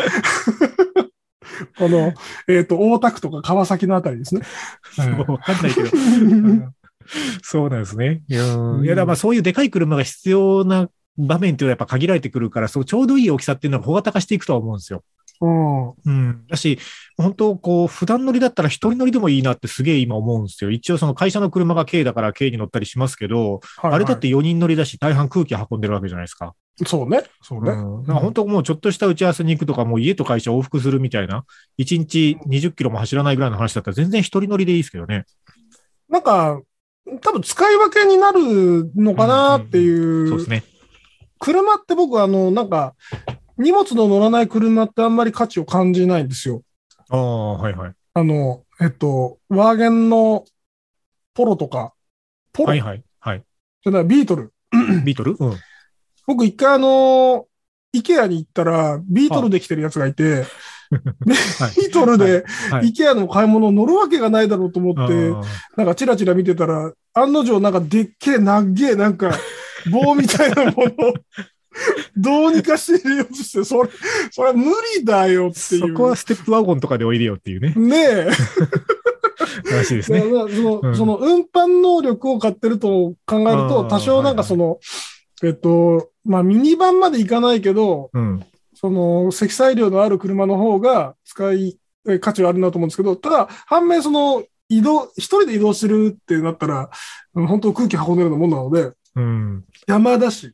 Speaker 3: <laughs> この、えっ、と、大田区とか川崎のあたりですね。
Speaker 2: もうわかんないけど。うん <laughs> そうなんですね。いやー、
Speaker 3: うん
Speaker 2: いやだからまあそういうでかい車が必要な場面っていうのはやっぱ限られてくるから、そうちょうどいい大きさっていうのは小型化していくとは思うんですよ。
Speaker 3: うん。は
Speaker 2: うん。だし、本当こう、普段乗りだったら一人乗りでもいいなってすげえ今思うんですよ。一応その会社の車が軽だから軽に乗ったりしますけど、
Speaker 3: いはい
Speaker 2: あれだって4人乗りだし大半空気運んでるわけじゃないですか。
Speaker 3: そうね。そう
Speaker 2: う
Speaker 3: ね。
Speaker 2: ん。なんか本当もうちょっとした打ち合わせに行くとか、もう家と会社往復するみたいな、1日20キロも走らないぐらいの話だったら全然一人乗りでいいですけどね。
Speaker 3: なんか、多分使い分けになるのかなってい
Speaker 2: そう
Speaker 3: う
Speaker 2: ですね。
Speaker 3: 車って僕、あの、なんか、荷物の乗らない車ってあんまり価値を感じないんですよ。
Speaker 2: ああ、はいはい。
Speaker 3: あの、えっと、ワーゲンのポロとか、ポロ、
Speaker 2: はいはい。はい。
Speaker 3: じゃないビートル。
Speaker 2: ビートルうん。
Speaker 3: 僕一回あの、イケアに行ったら、ビートルで来てるやつがいて、ビートルで
Speaker 2: はい
Speaker 3: <laughs> イケアの買い物乗るわけがないだろうと思
Speaker 2: あ
Speaker 3: って、
Speaker 2: ー
Speaker 3: なんかチラチラ見てたら、案の定なんかでっけえ、なっげえ、なんか棒みたいなものをどうにかして入れようとして、それ、それ無理だよってい。
Speaker 2: そうこはステップワゴンとかでおいでよっていうね、
Speaker 3: <laughs> ねえ。
Speaker 2: 話です
Speaker 3: だ
Speaker 2: ね。
Speaker 3: からその、
Speaker 2: うん
Speaker 3: その運搬能力を買ってると考える
Speaker 2: あ
Speaker 3: と、
Speaker 2: ー
Speaker 3: 多少なんかその、えっと、まあミニバンまでいかないけど、
Speaker 2: うん。
Speaker 3: その積載量のある車の方が使い、え価値はあるなと思うんですけど、ただ、反面その、移動、一人で移動してるってなったら、うん本当空気運んでるようなもんなので、
Speaker 2: うん。
Speaker 3: 山だし、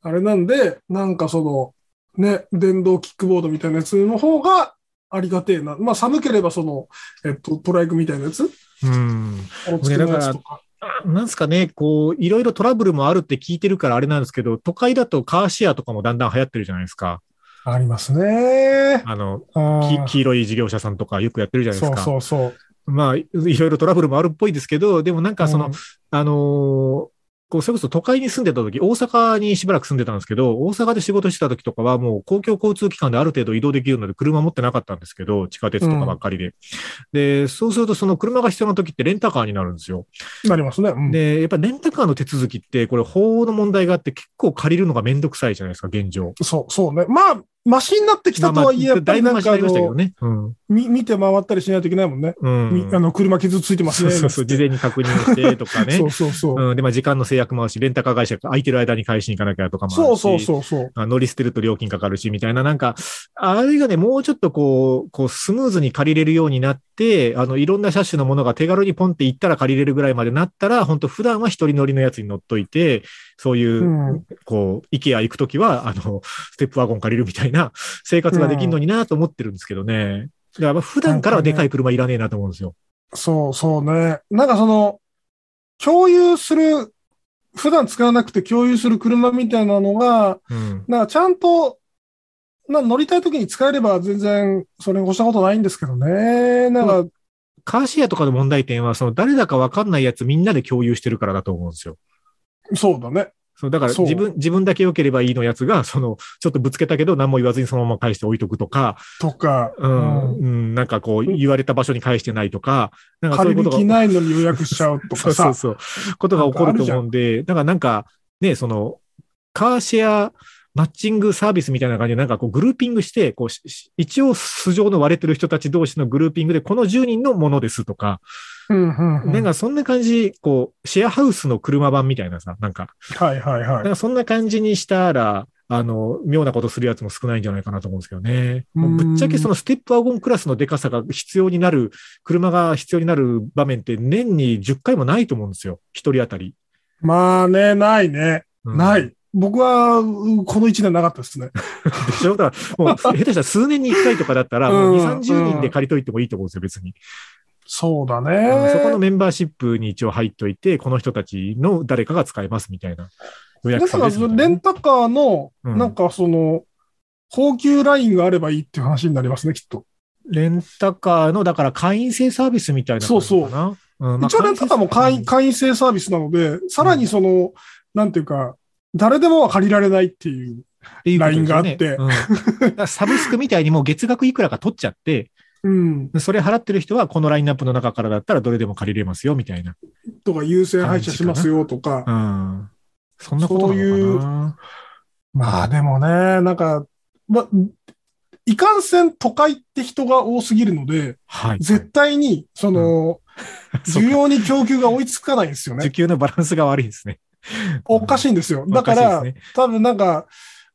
Speaker 3: あれなんで、なんかその、ね、電動キックボードみたいなやつの方がありがてえな。まあ寒ければその、えっと、トライクみたいなやつ
Speaker 2: うん。
Speaker 3: あの付けのやつとか。
Speaker 2: なんですかね、こう、いろいろトラブルもあるって聞いてるからあれなんですけど、都会だとカーシェアとかもだんだん流行ってるじゃないですか。
Speaker 3: ありますね。
Speaker 2: あの、
Speaker 3: あ
Speaker 2: き
Speaker 3: ー
Speaker 2: 黄色い事業者さんとかよくやってるじゃないで
Speaker 3: そ
Speaker 2: す
Speaker 3: う
Speaker 2: か。
Speaker 3: そうそう。
Speaker 2: まあ、いろいろトラブルもあるっぽいですけど、でもなんかその、
Speaker 3: うん
Speaker 2: あのーこう、それこそ都会に住んでた時、大阪にしばらく住んでたんですけど、大阪で仕事してた時とかはもう公共交通機関である程度移動できるので車持ってなかったんですけど、地下鉄とかばっかりで。で、そうするとその車が必要な時ってレンタカーになるんですよ。
Speaker 3: なりますね。うん
Speaker 2: で、やっぱレンタカーの手続きって、これ法の問題があって結構借りるのがめんどくさいじゃないですか、現状。
Speaker 3: そう、そうね。まあ、マシになってきたとはい
Speaker 2: まあま
Speaker 3: え、やっ
Speaker 2: あ
Speaker 3: ぱ
Speaker 2: だ
Speaker 3: り
Speaker 2: いぶ
Speaker 3: な
Speaker 2: マ
Speaker 3: ん
Speaker 2: シに
Speaker 3: かあ
Speaker 2: なりましたけど
Speaker 3: の、
Speaker 2: ね。うん。
Speaker 3: み見て回ったりしないといけないもんね。
Speaker 2: うん
Speaker 3: みあの、車傷ついてます
Speaker 2: そ
Speaker 3: ね。
Speaker 2: うそうそう、事前に確認してとかね。
Speaker 3: <laughs> そうそうそう。
Speaker 2: うん、で、まあ時間の制約もあるし、レンタカー会社が空いてる間に返しに行かなきゃとかもあるし。
Speaker 3: そうそうそうそう。
Speaker 2: あ乗り捨てると料金かかるし、みたいな、なんか、あれがね、もうちょっとこう、こうスムーズに借りれるようになって、あの、いろんな車種のものが手軽にポンって行ったら借りれるぐらいまでなったら、本当普段は一人乗りのやつに乗っといて、そういう、
Speaker 3: うん
Speaker 2: こう、イケア行くときは、あの、ステップワゴン借りるみたいな生活ができるのになと思ってるんですけどね。だからまあ普段からはでかい車いらねえなと思うんですよ。
Speaker 3: そうそうね。なんかその、共有する、普段使わなくて共有する車みたいなのが、
Speaker 2: うん。
Speaker 3: なんかちゃんと、な乗りたい時に使えれば全然それに越したことないんですけどね。なんか、
Speaker 2: カーシェアとかの問題点は、その誰だかわかんないやつみんなで共有してるからだと思うんですよ。
Speaker 3: そうだね。
Speaker 2: そう、だから
Speaker 3: そう
Speaker 2: 自分、自分だけ良ければいいのやつが、その、ちょっとぶつけたけど何も言わずにそのまま返して置いとくとか、
Speaker 3: とか、
Speaker 2: うん、
Speaker 3: うん
Speaker 2: うん、なんかこう、言われた場所に返してないとか、なんかそうい
Speaker 3: 借
Speaker 2: う
Speaker 3: り
Speaker 2: ことが
Speaker 3: る気、ないのに予約しちゃうと
Speaker 2: そ
Speaker 3: か
Speaker 2: うそ
Speaker 3: さ
Speaker 2: う。そう、ことが起こると思うんで、だからなんか、ね、その、カーシェアマッチングサービスみたいな感じで、なんかこう、グルーピングして、こうし、し一応素性の割れてる人たち同士のグルーピングで、この10人のものですとか、
Speaker 3: うんうんうん
Speaker 2: なんかそんな感じ、こう、シェアハウスの車版みたいなさ、なんか、
Speaker 3: はいはいは
Speaker 2: ないん。かそんな感じにしたら、あの、妙なことするやつも少ないんじゃないかなと思うんですけどね。
Speaker 3: うーん
Speaker 2: ぶっちゃけそのステップワゴンクラスのデカさが必要になる、車が必要になる場面って年に10回もないと思うんですよ。一人当たり。
Speaker 3: まあね、ないね。
Speaker 2: うん
Speaker 3: ない。僕は、うこの1年なかったですね。
Speaker 2: でしょだから、
Speaker 3: <laughs>
Speaker 2: もう下手したら数年に1回とかだったら、もう
Speaker 3: うん
Speaker 2: 2、30人で借りといてもいいと思うんですよ、別に。
Speaker 3: そうだ
Speaker 2: うんそこの
Speaker 3: ね。
Speaker 2: メンバーシップに一応入っといて、この人たちの誰かが使えますみたいな。予
Speaker 3: だ
Speaker 2: 約制
Speaker 3: から、
Speaker 2: ですみたい
Speaker 3: レ
Speaker 2: なね
Speaker 3: ンタカーの、
Speaker 2: うん
Speaker 3: なんかその、高級ラインがあればいいっていう話になりますね、きっと。
Speaker 2: レンタカーの、だから会員制サービスみたいな感じかな。
Speaker 3: そう
Speaker 2: うんまあ
Speaker 3: 一応レンタカーも会員、会員制サービスなので、さらにその、なんていうか、誰でもは借りられないっていう。
Speaker 2: っていうことですよ
Speaker 3: LINE があって
Speaker 2: うんだからサブスクみたいにもう月額いくらか取っちゃって、
Speaker 3: うん。
Speaker 2: それ払ってる人はこのラインナップの中からだったらどれでも借りれますよ、みたいな。
Speaker 3: とか、優先配車しますよとか。
Speaker 2: うん。そんなことなのかな
Speaker 3: まあでもね、なんか、ま、いかんせん都会って人が多すぎるので、
Speaker 2: はい。
Speaker 3: 絶対に、その、
Speaker 2: そうか
Speaker 3: <laughs> 需要に供給が追いつかないんで
Speaker 2: <laughs>
Speaker 3: すよ
Speaker 2: 需
Speaker 3: ね。
Speaker 2: 給のバランスが悪いですね。
Speaker 3: おかしいんですよ。だか
Speaker 2: お
Speaker 3: ら
Speaker 2: しい、ですね
Speaker 3: 多分なんか、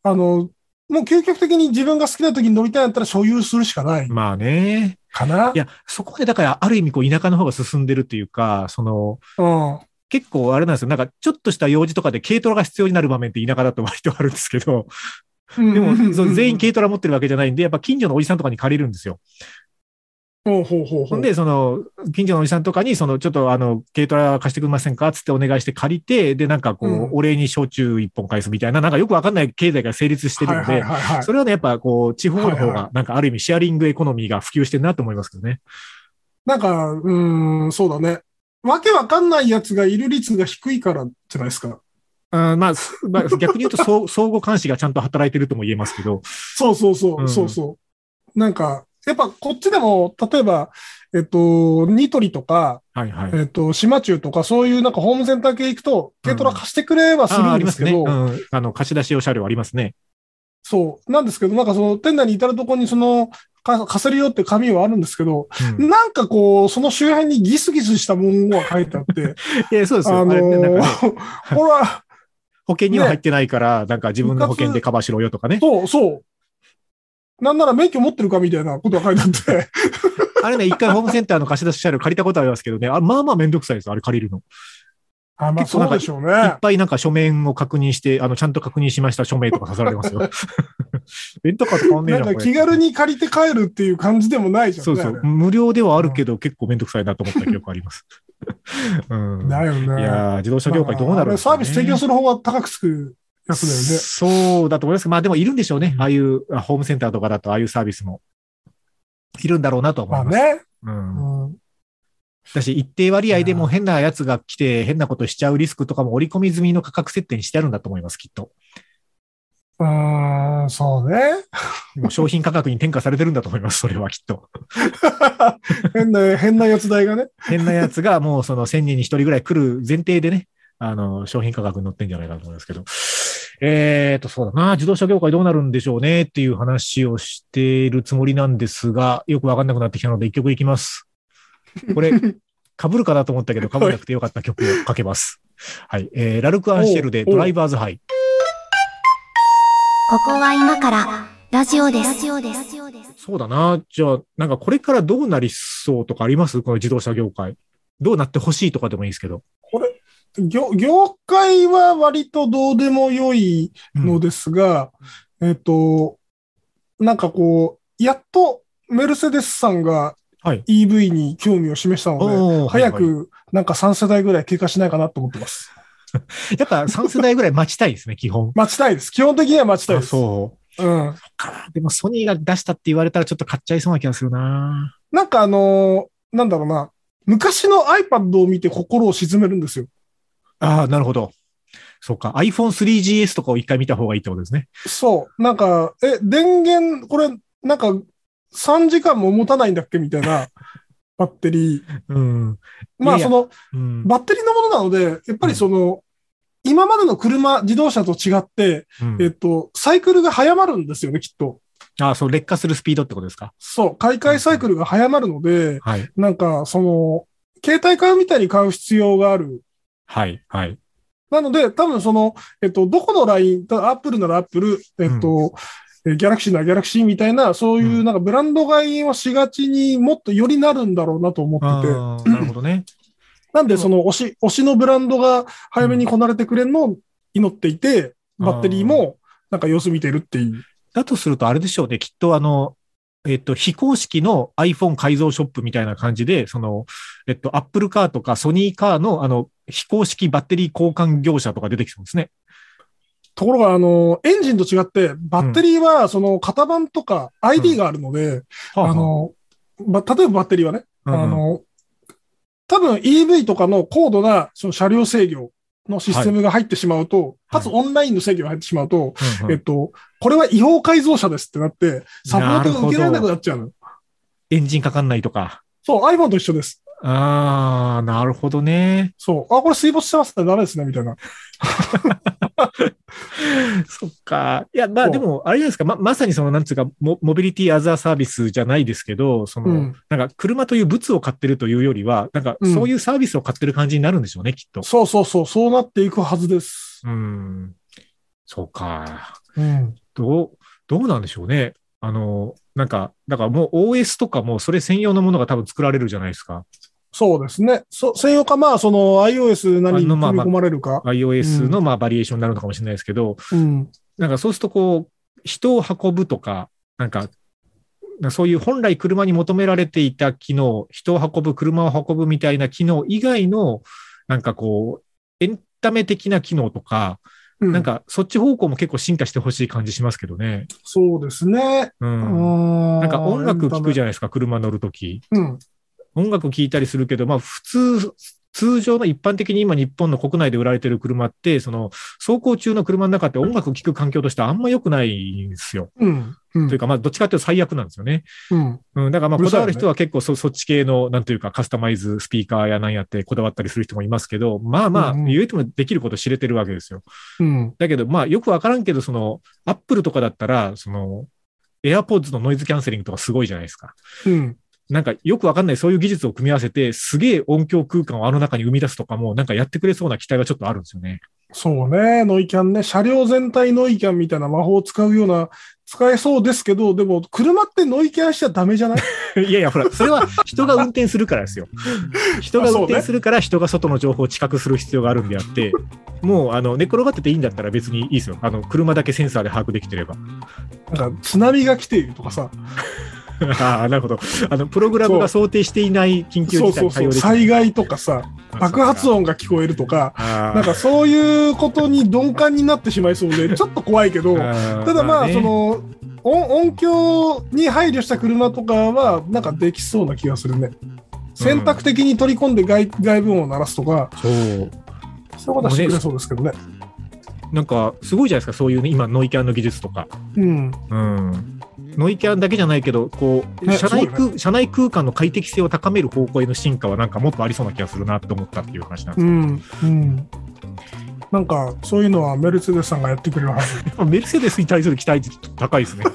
Speaker 3: あの、もう究極的に自分が好きな時に乗りたいんだったら所有するしかない
Speaker 2: まあね。
Speaker 3: かな。
Speaker 2: いや、そこでだから、ある意味、こう、田舎の方が進んでるというか、その、
Speaker 3: うん。
Speaker 2: 結構あれなんですよ。なんか、ちょっとした用事とかで軽トラが必要になる場面って田舎だと割とあるんですけど、で
Speaker 3: うんうんう
Speaker 2: も、
Speaker 3: ん
Speaker 2: その全員軽トラ持ってるわけじゃないんで、やっぱ近所のおじさんとかに借りるんですよ。
Speaker 3: ほうほうほうほ
Speaker 2: ほ。
Speaker 3: うん
Speaker 2: で、その、近所のおじさんとかに、その、ちょっとあの、軽トラ貸してくれませんかつってお願いして借りて、で、なんかこう、
Speaker 3: うん
Speaker 2: お礼に焼酎一本返すみたいな、なんかよくわかんない経済が成立してるので、
Speaker 3: はいはいはいはい
Speaker 2: それはね、やっぱこう、地方の
Speaker 3: は
Speaker 2: 方
Speaker 3: いは
Speaker 2: が、なんかある意味シェアリングエコノミーが普及してるなと思いますけどね。
Speaker 3: なんか、うーん、そうだね。わけわかんないやつがいる率が低いからじゃないですか。
Speaker 2: うん、まあ、すまあ、逆に言うと <laughs> 相、相互監視がちゃんと働いてるとも言えますけど、
Speaker 3: そうそうそう、
Speaker 2: うん
Speaker 3: そうそう。なんか、やっぱこっちでも、例えば、えっと、ニトリとか、
Speaker 2: はいはい。
Speaker 3: えっと、島中とか、そういうなんかホームセンター系行くと、軽トラ貸してくれはす
Speaker 2: あー
Speaker 3: る
Speaker 2: あり
Speaker 3: んで
Speaker 2: ますすね。
Speaker 3: けど、
Speaker 2: うん。あの、貸し出し用車両ありますね。
Speaker 3: そう。なんですけど、なんかその、店内に至るとこにその、か貸せるよって紙はあるんですけど、
Speaker 2: うん
Speaker 3: なんかこう、その周辺にギスギスした文言が <laughs> 書いてあって、
Speaker 2: い <laughs> やそうですよ。
Speaker 3: あの
Speaker 2: あれねなんかね
Speaker 3: ー、 <laughs> ほら、
Speaker 2: 保険には入ってないから、なんか自分の保険でカバーしろよとかね。
Speaker 3: そう、そう。なんなら免許持ってるかみたいなことが書いてあ
Speaker 2: <laughs>
Speaker 3: って、
Speaker 2: あれね、一回ホームセンターの貸し出し車両借りたことありますけどね、あまあまあめんどくさいです、あれ借りるの。
Speaker 3: あまあ
Speaker 2: 結構
Speaker 3: そ
Speaker 2: なん
Speaker 3: う
Speaker 2: か
Speaker 3: でしょう
Speaker 2: い
Speaker 3: ね
Speaker 2: っ。ぱいなんか書面を確認して、あの、ちゃんと確認しました署名とか刺されますよ。 <laughs> レンタカーと変わんねえ
Speaker 3: な
Speaker 2: なん
Speaker 3: か
Speaker 2: これ
Speaker 3: 気軽に借りて帰るっていう感じでもないじゃん
Speaker 2: そ
Speaker 3: ね。
Speaker 2: うそう。無料ではあるけど、結構めんどくさいなと思った記憶あります。 <laughs> うん。
Speaker 3: だよ
Speaker 2: い
Speaker 3: ね。
Speaker 2: やー自動車業界どうなるんです
Speaker 3: まあ
Speaker 2: か
Speaker 3: あれサービス提供する方が高くつくやつだよね。
Speaker 2: そうだと思いますけどまあでもいるんでしょうね。ああいう、あホームセンターとかだと、ああいうサービスも。いるんだろうなとは
Speaker 3: ま
Speaker 2: 思
Speaker 3: あ
Speaker 2: います。
Speaker 3: ね。
Speaker 2: うん。
Speaker 3: うん
Speaker 2: だし、一定割合でも変なやつが来て、変なことしちゃうリスクとかも織り込み済みの価格設定にしてあるんだと思います、きっと。
Speaker 3: うーん、そうね。
Speaker 2: もう商品価格に転嫁されてるんだと思います、それはきっと。
Speaker 3: 変な、 <laughs> 変なやつ代がね。
Speaker 2: 変なやつがもうその1000人に1人ぐらい来る前提でね、あの、商品価格に乗ってんじゃないかなと思いますけど。えーと、そうだな、自動車業界どうなるんでしょうねっていう話をしているつもりなんですが、よくわかんなくなってきたので一曲いきます。これ、被るかなと思ったけど、被らなくてよかった曲をかけます。はい。えー、ラルク・アンシェルでドライバーズハイ。
Speaker 1: ここは今からラジオです。ラジオです。
Speaker 2: そうだな。じゃあ、なんかこれからどうなりそうとかありますこの自動車業界。どうなってほしいとかでもいいですけど。
Speaker 3: 業業界は割とどうでもよい
Speaker 2: うん
Speaker 3: のですが、えっ、と、なんかこう、やっとメルセデスさんが
Speaker 2: はい
Speaker 3: EV に興味を示したので、
Speaker 2: おー
Speaker 3: 早
Speaker 2: はいは
Speaker 3: くなんか3世代ぐらい経過しないかなと思ってます。
Speaker 2: いやっぱ3世代ぐらい待ちたいですね、基本。
Speaker 3: 待ちたいです。基本的には待ちたい
Speaker 2: あ
Speaker 3: です。
Speaker 2: <laughs> そ
Speaker 3: うん。
Speaker 2: うか。でもソニーが出したって言われたらちょっと買っちゃいそうな気がするな。
Speaker 3: なんかあのーなんだろうな。昔の iPad を見て心を沈めるんですよ。
Speaker 2: ああ、なるほど。そうか。iPhone3GS とかを一回見た方がいいってことですね。
Speaker 3: そう。なんか、え、電源、これ、なんか、3時間も持たないんだっけみたい
Speaker 2: <laughs>
Speaker 3: なバッテリー。
Speaker 2: うん。
Speaker 3: まあ、
Speaker 2: いやいや
Speaker 3: その、
Speaker 2: うん。
Speaker 3: バッテリーのものなので、やっぱりその、今までの車、自動車と違って、
Speaker 2: うん
Speaker 3: えっと、サイクルが早まるんですよね、きっと。
Speaker 2: ああ、そう、劣化するスピードってことですか。
Speaker 3: そう、買い替えサイクルが早まるので、
Speaker 2: はい。
Speaker 3: なんか、その、携帯買うみたいに買う必要がある。
Speaker 2: はい。はい。
Speaker 3: なので、多分その、えっと、どこのライン、たアップルならアップル、えっと、えギャラクシーならギャラクシーみたいな、そういううなんかブランド買いをしがちにもっとよりなるんだろうなと思
Speaker 2: あ
Speaker 3: ってて、
Speaker 2: ーなるほどね。
Speaker 3: なんでその推し、推しのブランドが早めにこなれてくれるのを祈っていて、
Speaker 2: うん
Speaker 3: バッテリーもなんか様子見てるっていう。
Speaker 2: だとすると、あれでしょうね。きっと、あの、えっと、非公式の iPhone 改造ショップみたいな感じで、その、えっと、Apple カーとかソニーカーの、あの、非公式バッテリー交換業者とか出てきそうですね。
Speaker 3: ところが、あの、エンジンと違って、バッテリーはその型番とか ID があるので、あ、の、ば例えばバッテリーはね、
Speaker 2: うんうん
Speaker 3: あの、多分 EV とかの高度なその車両制御のシステムが入ってしまうと、
Speaker 2: はい
Speaker 3: かつオンラインの制御が入ってしまうと、
Speaker 2: うんうん
Speaker 3: えっと、これは違法改造車ですってなって、サポートが受けられなくなっちゃうの。
Speaker 2: エンジンかかんないとか。
Speaker 3: そう、iPhone と一緒です。
Speaker 2: ああ、なるほどね。 <laughs>
Speaker 3: そう。あ、これ水没してますね。ダメですね。みたいな。
Speaker 2: そっか。いや、まあ
Speaker 3: そう
Speaker 2: でも、あれじゃないですか。ま、まさにその、なんつうかモ、モビリティアザーサービスじゃないですけど、その、
Speaker 3: うん
Speaker 2: なんか、車という物を買ってるというよりは、なんか、
Speaker 3: うん
Speaker 2: そういうサービスを買ってる感じになるんでしょうね、きっと。
Speaker 3: そうそうそう。そうなっていくはずです。
Speaker 2: うん。そうか。
Speaker 3: うん。
Speaker 2: どう、どうなんでしょうね。あの、なんか、だからもう OS とかも、それ専用のものが多分作られるじゃないですか。
Speaker 3: そうですね。そ専用か、まあ、その iOS 何に
Speaker 2: あのまあ
Speaker 3: 組み
Speaker 2: まあ
Speaker 3: 込まれるか。
Speaker 2: iOS の、まあ、バリエーションになるのかもしれないですけど、
Speaker 3: うん。
Speaker 2: なんかそうするとこう、人を運ぶとか、なんか、なそういう本来車に求められていた機能、人を運ぶ、車を運ぶみたいな機能以外の、なんかこう、エンタメ的な機能とか、
Speaker 3: う
Speaker 2: なん、かそっち方向も結構進化してほしい感じしますけどね。
Speaker 3: そうですね。
Speaker 2: うん。
Speaker 3: な
Speaker 2: なんか音楽聴くじゃ
Speaker 3: ゃ
Speaker 2: ないですか、車乗るとき。
Speaker 3: ん。うん。
Speaker 2: 音楽聴いたりするけど、まあ普通、通常の一般的に今日本の国内で売られてる車って、その走行中の車の中って音楽聴く環境としてあんま良くないんですよ。
Speaker 3: うん。うん
Speaker 2: というか、まあ、どっちかっていうと最悪なんですよね。
Speaker 3: うん。
Speaker 2: うん、だから、まあ、
Speaker 3: うる
Speaker 2: こだ
Speaker 3: さいよ
Speaker 2: わ
Speaker 3: ね
Speaker 2: る人は結構そ、そっち系の、なんというか、カスタマイズスピーカーやなんやってこだわったりする人もいますけど、まあまあ、
Speaker 3: うんうん
Speaker 2: 言えてもできること知れてるわけですよ。
Speaker 3: うん。
Speaker 2: だけど、まあ、よくわからんけど、その、アップルとかだったら、その、AirPods のノイズキャンセリングとかすごいじゃないですか。
Speaker 3: うん。
Speaker 2: なんか、よくわかんない、そういう技術を組み合わせて、すげえ音響空間をあの中に生み出すとかも、なんかやってくれそうな期待はちょっとあるんですよね。 <laughs>
Speaker 3: そうね。ノイキャンね。車両全体ノイキャンみたいな魔法を使うような、使えそうですけど、でも、車ってノイキャンしちゃダメじゃない <laughs>
Speaker 2: いやいや、ほら、それは人が運転するからですよ。人が運
Speaker 3: あそうね
Speaker 2: 転するから、人が外の情報を知覚する必要があるんであって、もう、あの、寝転がってていいんだったら別にいいですよ。あの、車だけセンサーで把握できてれ
Speaker 3: <laughs>
Speaker 2: ば。
Speaker 3: なんか、津波が来ているとかさ。
Speaker 2: ああ、なるほど。あの、プログラムが想定していない緊急
Speaker 3: そう
Speaker 2: 事態
Speaker 3: そう
Speaker 2: に対
Speaker 3: そ
Speaker 2: 応
Speaker 3: う。
Speaker 2: でき
Speaker 3: 災害とかさ、爆発
Speaker 2: 音。
Speaker 3: 音が聞こえるとか、
Speaker 2: あー
Speaker 3: なんかそういうことに鈍感になってしまいそうで、ちょっと怖いけど、
Speaker 2: あー
Speaker 3: ただまあ、
Speaker 2: ね
Speaker 3: その、音音響に配慮した車とかは、なんかできそうな気がするね。選択的に取り込んで外外部音を鳴らすとか、
Speaker 2: そう。
Speaker 3: そういうことはしてくれそうですけどね。
Speaker 2: なんか、すごいじゃないですか、そういうね、今、ノイキャンの技術とか。
Speaker 3: うん。
Speaker 2: うん。ノイキャンだけじゃないけど、こう、
Speaker 3: ね
Speaker 2: 社内
Speaker 3: そう
Speaker 2: 空、社内空間の快適性を高める方向への進化は、なんかもっとありそうな気がするなと思ったっていう話
Speaker 3: <laughs>
Speaker 2: なんで
Speaker 3: う
Speaker 2: す
Speaker 3: ん。うん。なんか、そういうのはメルセデスさんがやってくれるはず。
Speaker 2: けど、メルセデスに対する期待値高いですね。
Speaker 3: <laughs>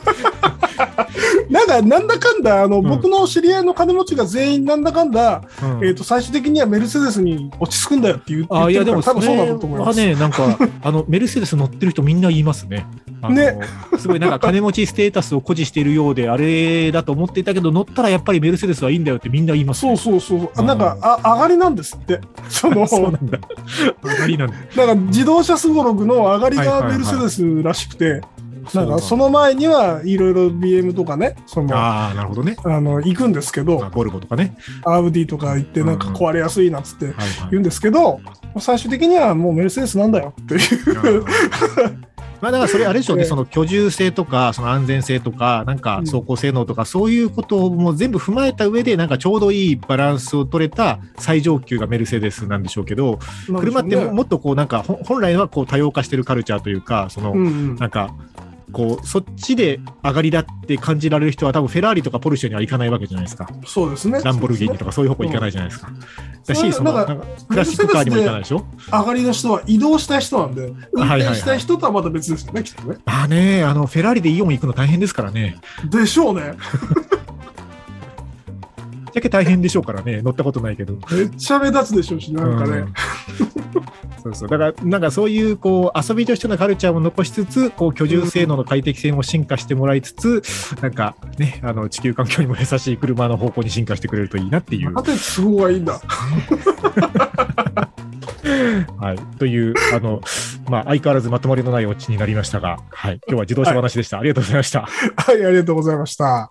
Speaker 3: なんか、なんだかんだ、あの、
Speaker 2: ん
Speaker 3: 僕の知り合いの金持ちが全員、なんだかんだ、
Speaker 2: うん
Speaker 3: えっ、と、最終的にはメルセデスに落ち着くんだよって言う言っ
Speaker 2: あ
Speaker 3: て
Speaker 2: いや
Speaker 3: るか
Speaker 2: でもそ
Speaker 3: ら、多分
Speaker 2: れ
Speaker 3: そうなんだと思いま
Speaker 2: は
Speaker 3: す。
Speaker 2: ね、なんか、あの、メルセデス乗ってる人みんな言いますね。あの
Speaker 3: ね。
Speaker 2: すごいなんか金持ちステータスを誇示しているようで、あれだと思っていたけど、乗ったらやっぱりメルセデスはいいんだよってみんな言います
Speaker 3: そう
Speaker 2: ね。
Speaker 3: そうそう。あ
Speaker 2: うん
Speaker 3: なんか、あ、上がりなんですって。 <laughs> その、
Speaker 2: そうなんだ。
Speaker 3: <laughs>
Speaker 2: 上がりなんだ。
Speaker 3: なんか自動車すごろくの上がり
Speaker 2: はいは
Speaker 3: が
Speaker 2: いはい
Speaker 3: メルセデスらしくて、なんかそ
Speaker 2: の。
Speaker 3: の前にはいろいろ BM とかね、そのあ
Speaker 2: ああ、なるほどね。
Speaker 3: の行くんですけ
Speaker 2: あ
Speaker 3: ど、
Speaker 2: ボルゴとかね。
Speaker 3: アウディとか行って、なんか
Speaker 2: うん
Speaker 3: 壊れやすいなっつって
Speaker 2: はい
Speaker 3: 言うんですけど、最終的にはもうメルセデスなんだよっていう。
Speaker 2: はい。まあだからそれあれでしょうね、
Speaker 3: ね
Speaker 2: その居住性とか、その安全性とか、なんか
Speaker 3: うん
Speaker 2: 走行性能とか、そういうことをもう全部踏まえた上で、なんかちょうどいいバランスを取れた最上級がメルセデスなんでしょうけど、 <laughs> 車ってももっとこうなんかほ本来はこう多様化してるカルチャーというかその、
Speaker 3: うんうん
Speaker 2: なんかこうそっちで上がりだって感じられる人は多分フェラーリとかポルシェには行かないわけじゃないですか
Speaker 3: そうですね。
Speaker 2: ランボルギーニと
Speaker 3: か。
Speaker 2: かそういう方向行かないじゃないですか、だ
Speaker 3: それ
Speaker 2: しその
Speaker 3: な
Speaker 2: なんん
Speaker 3: か
Speaker 2: かクラシックカーにも行かないでしょ
Speaker 3: 上がりの人は移動したい人なんで、運
Speaker 2: はいはい
Speaker 3: 転したい人とはまた別ですよね、きっとね。
Speaker 2: まあねあのフェラーリでイオン行くの大変ですからね
Speaker 3: でしょうね。
Speaker 2: ぶっちゃけ大変でしょうからね乗ったことないけど
Speaker 3: めっちゃ目立つでしょうし、なんかね。
Speaker 2: うんそうそうだからなんかそういうこう遊びとしてのカルチャーも残しつつこう居住性能の快適性も進化してもらいつつ、なんかねあの地球環境にも優しい車の方向に進化してくれるといいなっていう、
Speaker 3: あて都合がいいんだ。
Speaker 2: はい、というあの、まあ、相変わらずまとまりのないオチになりましたが、はい、今日は自動車話でした、ありがとうございました。
Speaker 3: はい、ありがとうございました。